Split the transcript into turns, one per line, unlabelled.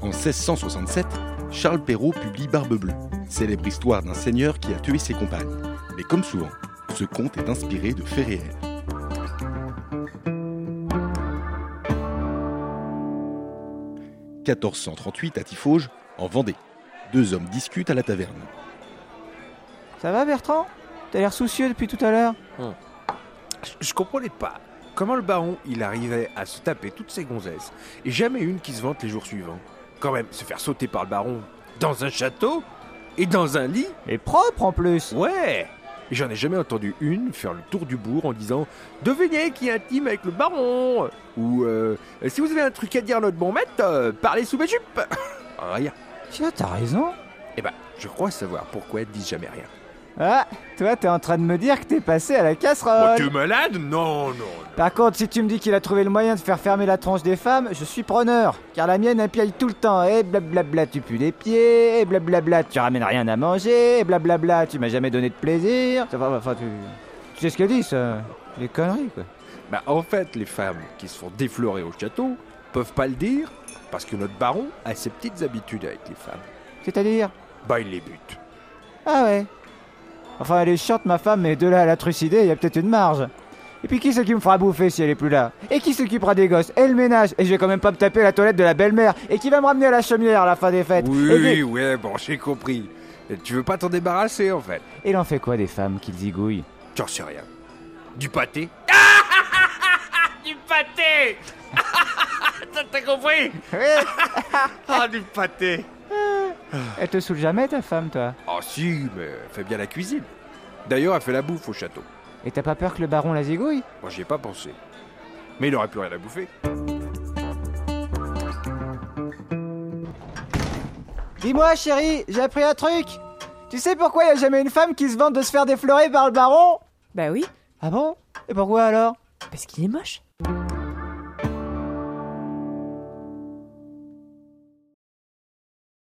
En 1667, Charles Perrault publie Barbe Bleue, célèbre histoire d'un seigneur qui a tué ses compagnes. Mais comme souvent, ce conte est inspiré de faits réels. « 1438 à Tifauge, en Vendée. Deux hommes discutent à la taverne.
Ça va Bertrand T'as l'air soucieux depuis tout à l'heure.
Je- Je comprenais pas. Comment le baron, il arrivait à se taper toutes ses gonzesses et jamais une qui se vante les jours suivants Quand même, se faire sauter par le baron dans un château et dans un lit
Et propre en plus.
Ouais Et j'en ai jamais entendu une faire le tour du bourg en disant Devinez qui est intime avec le baron Ou euh, Si vous avez un truc à dire à notre bon maître, euh, parlez sous mes jupes Rien.
Tiens, t'as raison.
Eh ben, je crois savoir pourquoi elles disent jamais rien.
Ah, toi t'es en train de me dire que t'es passé à la casserole.
es Oh, malade Non, non,
Par contre, si tu me dis qu'il a trouvé le moyen de faire fermer la tronche des femmes, je suis preneur. Car la mienne, elle piaille tout le temps. Et blablabla, tu pues les pieds. Et blablabla, tu ramènes rien à manger. Et blablabla, tu m'as jamais donné de plaisir. Enfin, enfin, tu... tu sais ce qu'elle dit, ça Les conneries, quoi.
Bah, en fait, les femmes qui se font déflorer au château peuvent pas le dire parce que notre baron a ses petites habitudes avec les femmes.
C'est-à-dire
Bah, il les bute.
Ah ouais Enfin, elle est chiante, ma femme, mais de là à la trucider, il y a peut-être une marge. Et puis qui c'est qui me fera bouffer si elle est plus là Et qui s'occupera des gosses Et le ménage Et je vais quand même pas me taper la toilette de la belle-mère Et qui va me ramener à la chaumière à la fin des fêtes
Oui,
Et
oui,
qui-
ouais, bon, j'ai compris. Et Tu veux pas t'en débarrasser en fait
Et il en fait quoi des femmes qui le zigouillent
J'en sais rien. Du pâté
Du pâté T'as- T'as compris Ah, du pâté
Elle te saoule jamais ta femme toi
Ah si, mais elle fait bien la cuisine. D'ailleurs, elle fait la bouffe au château.
Et t'as pas peur que le baron la zigouille
Moi, j'y ai pas pensé. Mais il aurait plus rien à bouffer.
Dis-moi chérie, j'ai appris un truc Tu sais pourquoi il a jamais une femme qui se vante de se faire déflorer par le baron
Bah oui,
Ah bon Et pourquoi alors
parce qu'il est moche.